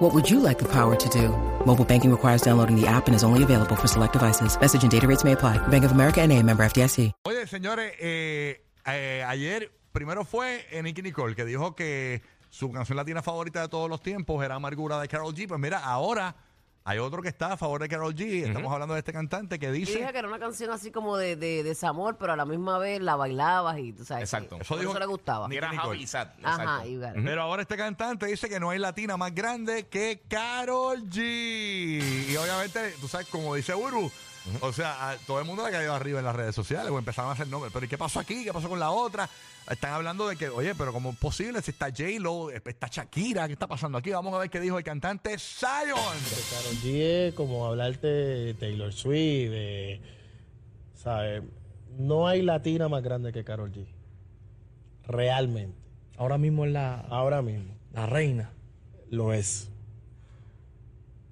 What would you like the power to do? Mobile banking requires downloading the app and is only available for select devices. Message and data rates may apply. Bank of America and a member FDIC. Oye, señores, eh, eh, ayer primero fue eh, Nicky Nicole que dijo que su canción latina favorita de todos los tiempos era Amargura de Carol G. Pues mira, ahora hay otro que está a favor de Carol G. Estamos hablando de este cantante que Yo dije dice. que era una canción así como de, de desamor, pero a la misma vez la bailabas y tú sabes. Exacto. que Eso por dijo eso le gustaba. Nicki Era Nicole. Javi y Sad. Ajá, exacto. y got it. Pero ahora este cantante dice que no hay latina más grande que Carol G. Y obviamente, tú sabes, como dice Uru, o sea, a todo el mundo le ha caído arriba en las redes sociales, o empezaron a hacer nombres. Pero ¿y qué pasó aquí? ¿Qué pasó con la otra? Están hablando de que, oye, pero ¿cómo es posible? Si está J-Lo, está Shakira, ¿qué está pasando aquí? Vamos a ver qué dijo el cantante Zion. Karol G es como hablarte de Taylor Swift, de, ¿sabes? No hay latina más grande que Carol G. Realmente. Ahora mismo es la, Ahora mismo. la reina. Lo es.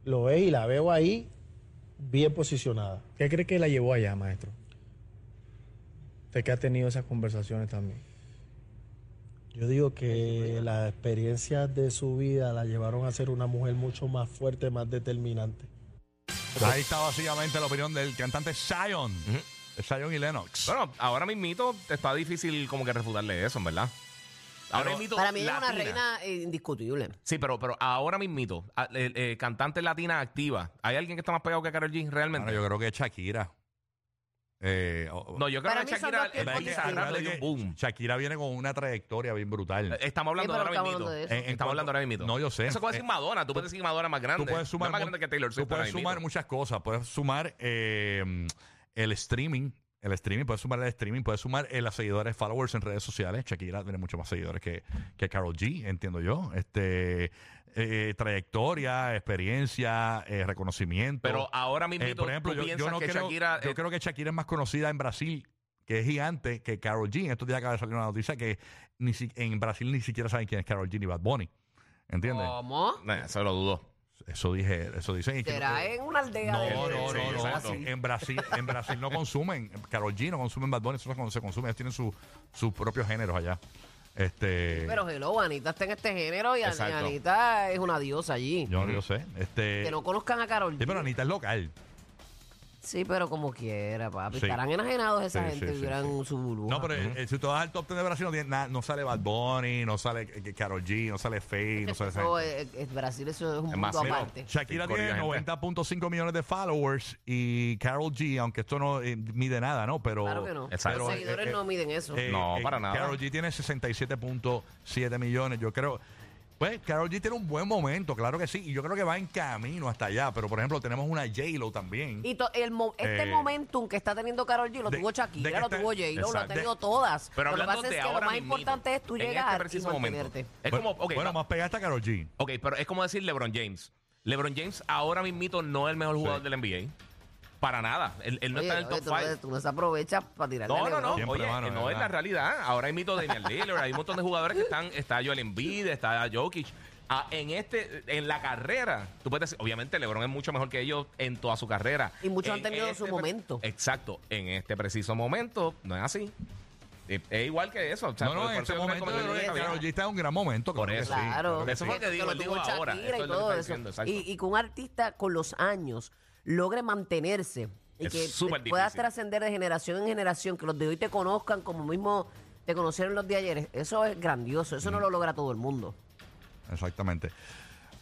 Lo es y la veo ahí bien posicionada. ¿Qué crees que la llevó allá, maestro? Usted que ha tenido esas conversaciones también. Yo digo que las experiencias de su vida la llevaron a ser una mujer mucho más fuerte, más determinante. Ahí está básicamente la opinión del cantante Zion. Zion y Lennox. Bueno, ahora mismito está difícil como que refutarle eso, en verdad. Ahora mismito. Para mí es una latina. reina eh, indiscutible. Sí, pero, pero ahora mismito, a- eh, eh, cantante latina activa. ¿Hay alguien que está más pegado que Karol G realmente? Bueno, yo creo que es Shakira. Eh, o- o- no, yo creo Para que mí son Shakira dos eh, tiempos Acuérdate está distintos. agarrando que ahí un boom. Shakira viene con una trayectoria bien brutal. Eh, Estamos hablando Sí, pero ahora estamos mismito. hablando de eso. En- en Estamos hablando cuanto- ahora mismito. No, yo sé. Eso puede Eh, decir Madonna. Tú puedes decir Madonna más grande. Tú puedes sumar, No es más mu- grande que Taylor Swift. tú puedes ahora mismito. sumar muchas cosas. Puedes sumar eh, el streaming. El streaming, puedes sumar el streaming, puedes sumar eh, los seguidores, followers en redes sociales. Shakira tiene mucho más seguidores que, que Carol G, entiendo yo. Este eh, trayectoria, experiencia, eh, reconocimiento. Pero ahora mismito, Eh, por ejemplo, tú yo, yo piensas no que creo, Shakira. yo eh, creo que Shakira es más conocida en Brasil, que es gigante, que Carol G. En estos días acaba de salir una noticia que ni si- en Brasil ni siquiera saben quién es Carol G ni Bad Bunny. ¿Entiendes? Oh. ¿Cómo? no, eso lo dudo. Eso dije, eso dicen. y que- eh, Será en una aldea No, de. no, no, Sí, no, no. exacto. En Brasil, en Brasil no consumen. Carol G no consumen Bad Bunny, eso no se consume. Ellos tienen su- sus propios géneros allá. Este. Pero hello, Anita está en este género y An- Exacto. Anita es una diosa allí. yo no yo sé. Este. que no conozcan a Carol. sí, pero Anita es local. Sí, pero como quiera, papi. Sí. Estarán enajenados esa Sí, gente, sí, sí, vivieran su burbuja. No, pero eh, si tú vas al top 10 de Brasil, no, tiene nada- no sale Bad Bunny, no sale eh, Karol G, no sale Faye, no sale esa Eso gente. es- es- Brasil eso es un Es más, mundo mira, aparte. Shakira tiene Sí, corrió gente. 90.5 millones de followers y Carol G, aunque esto no eh, mide nada, ¿no? Pero, Claro que no. Exacto. Los eh, seguidores eh, no miden eso. eh, No, eh, para nada. Karol G tiene 67.7 millones, yo creo. Pues Carol G tiene un buen momento, claro que sí, y yo creo que va en camino hasta allá, pero por ejemplo tenemos una J-Lo también. Y to- el mo- este Eh, momentum que está teniendo Carol G lo de- tuvo de que Shakira, lo está- tuvo J-Lo, lo ha Exacto. tenido De- todas. Pero lo que hablando pasa de es que lo ahora más mismito, importante es tú en este llegar preciso y momento. mantenerte. Es Bu- como, ok, bueno, va- más pegada está Carol G. Ok, pero es como decir LeBron James. LeBron James ahora mismito no es el mejor jugador del NBA. Para nada. Él, él no Oye, está en el oye, top tú, no- 5. tú no se aprovechas para tirar No, no, no. Siempre, Oye, mano, no es ¿verdad? la realidad. Ahora hay mito de Daniel Lillard, hay un montón de jugadores que están, está Joel Embiid, está Jokic. Ah, en este, en la carrera, tú puedes decir, obviamente LeBron es mucho mejor que ellos en toda su carrera. Y muchos han En este tenido su pre- momento. Exacto. En este preciso momento, no es así. Eh, Es igual que eso. O sea, No, no, por- en por este eso yo momento yo creo que creo que Carol Karol G está en un gran momento. Por claro que eso. sí, Claro. que Eso fue sí. lo que digo, lo él tuvo dijo ahora, Shakira esto y es lo que todo está eso. diciendo, exacto. y, y que un artista con los años logre mantenerse y Es que súper puedas difícil. trascender de generación en generación, que los de hoy te conozcan como mismo te conocieron los de ayer. Eso es grandioso, eso Mm. no lo logra todo el mundo. Exactamente.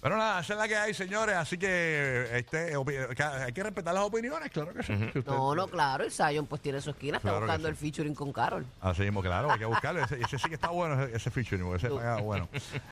Pero nada, esa es la que hay, señores. Así que este, opi- que hay que respetar las opiniones, claro que sí. Si usted- No, no, claro, y Zion pues tiene su esquina, está Claro que buscando sí. el featuring con Carol. Así mismo, claro, hay que buscarlo. Ese, ese sí que está bueno, ese, ese featuring, porque ese está bueno.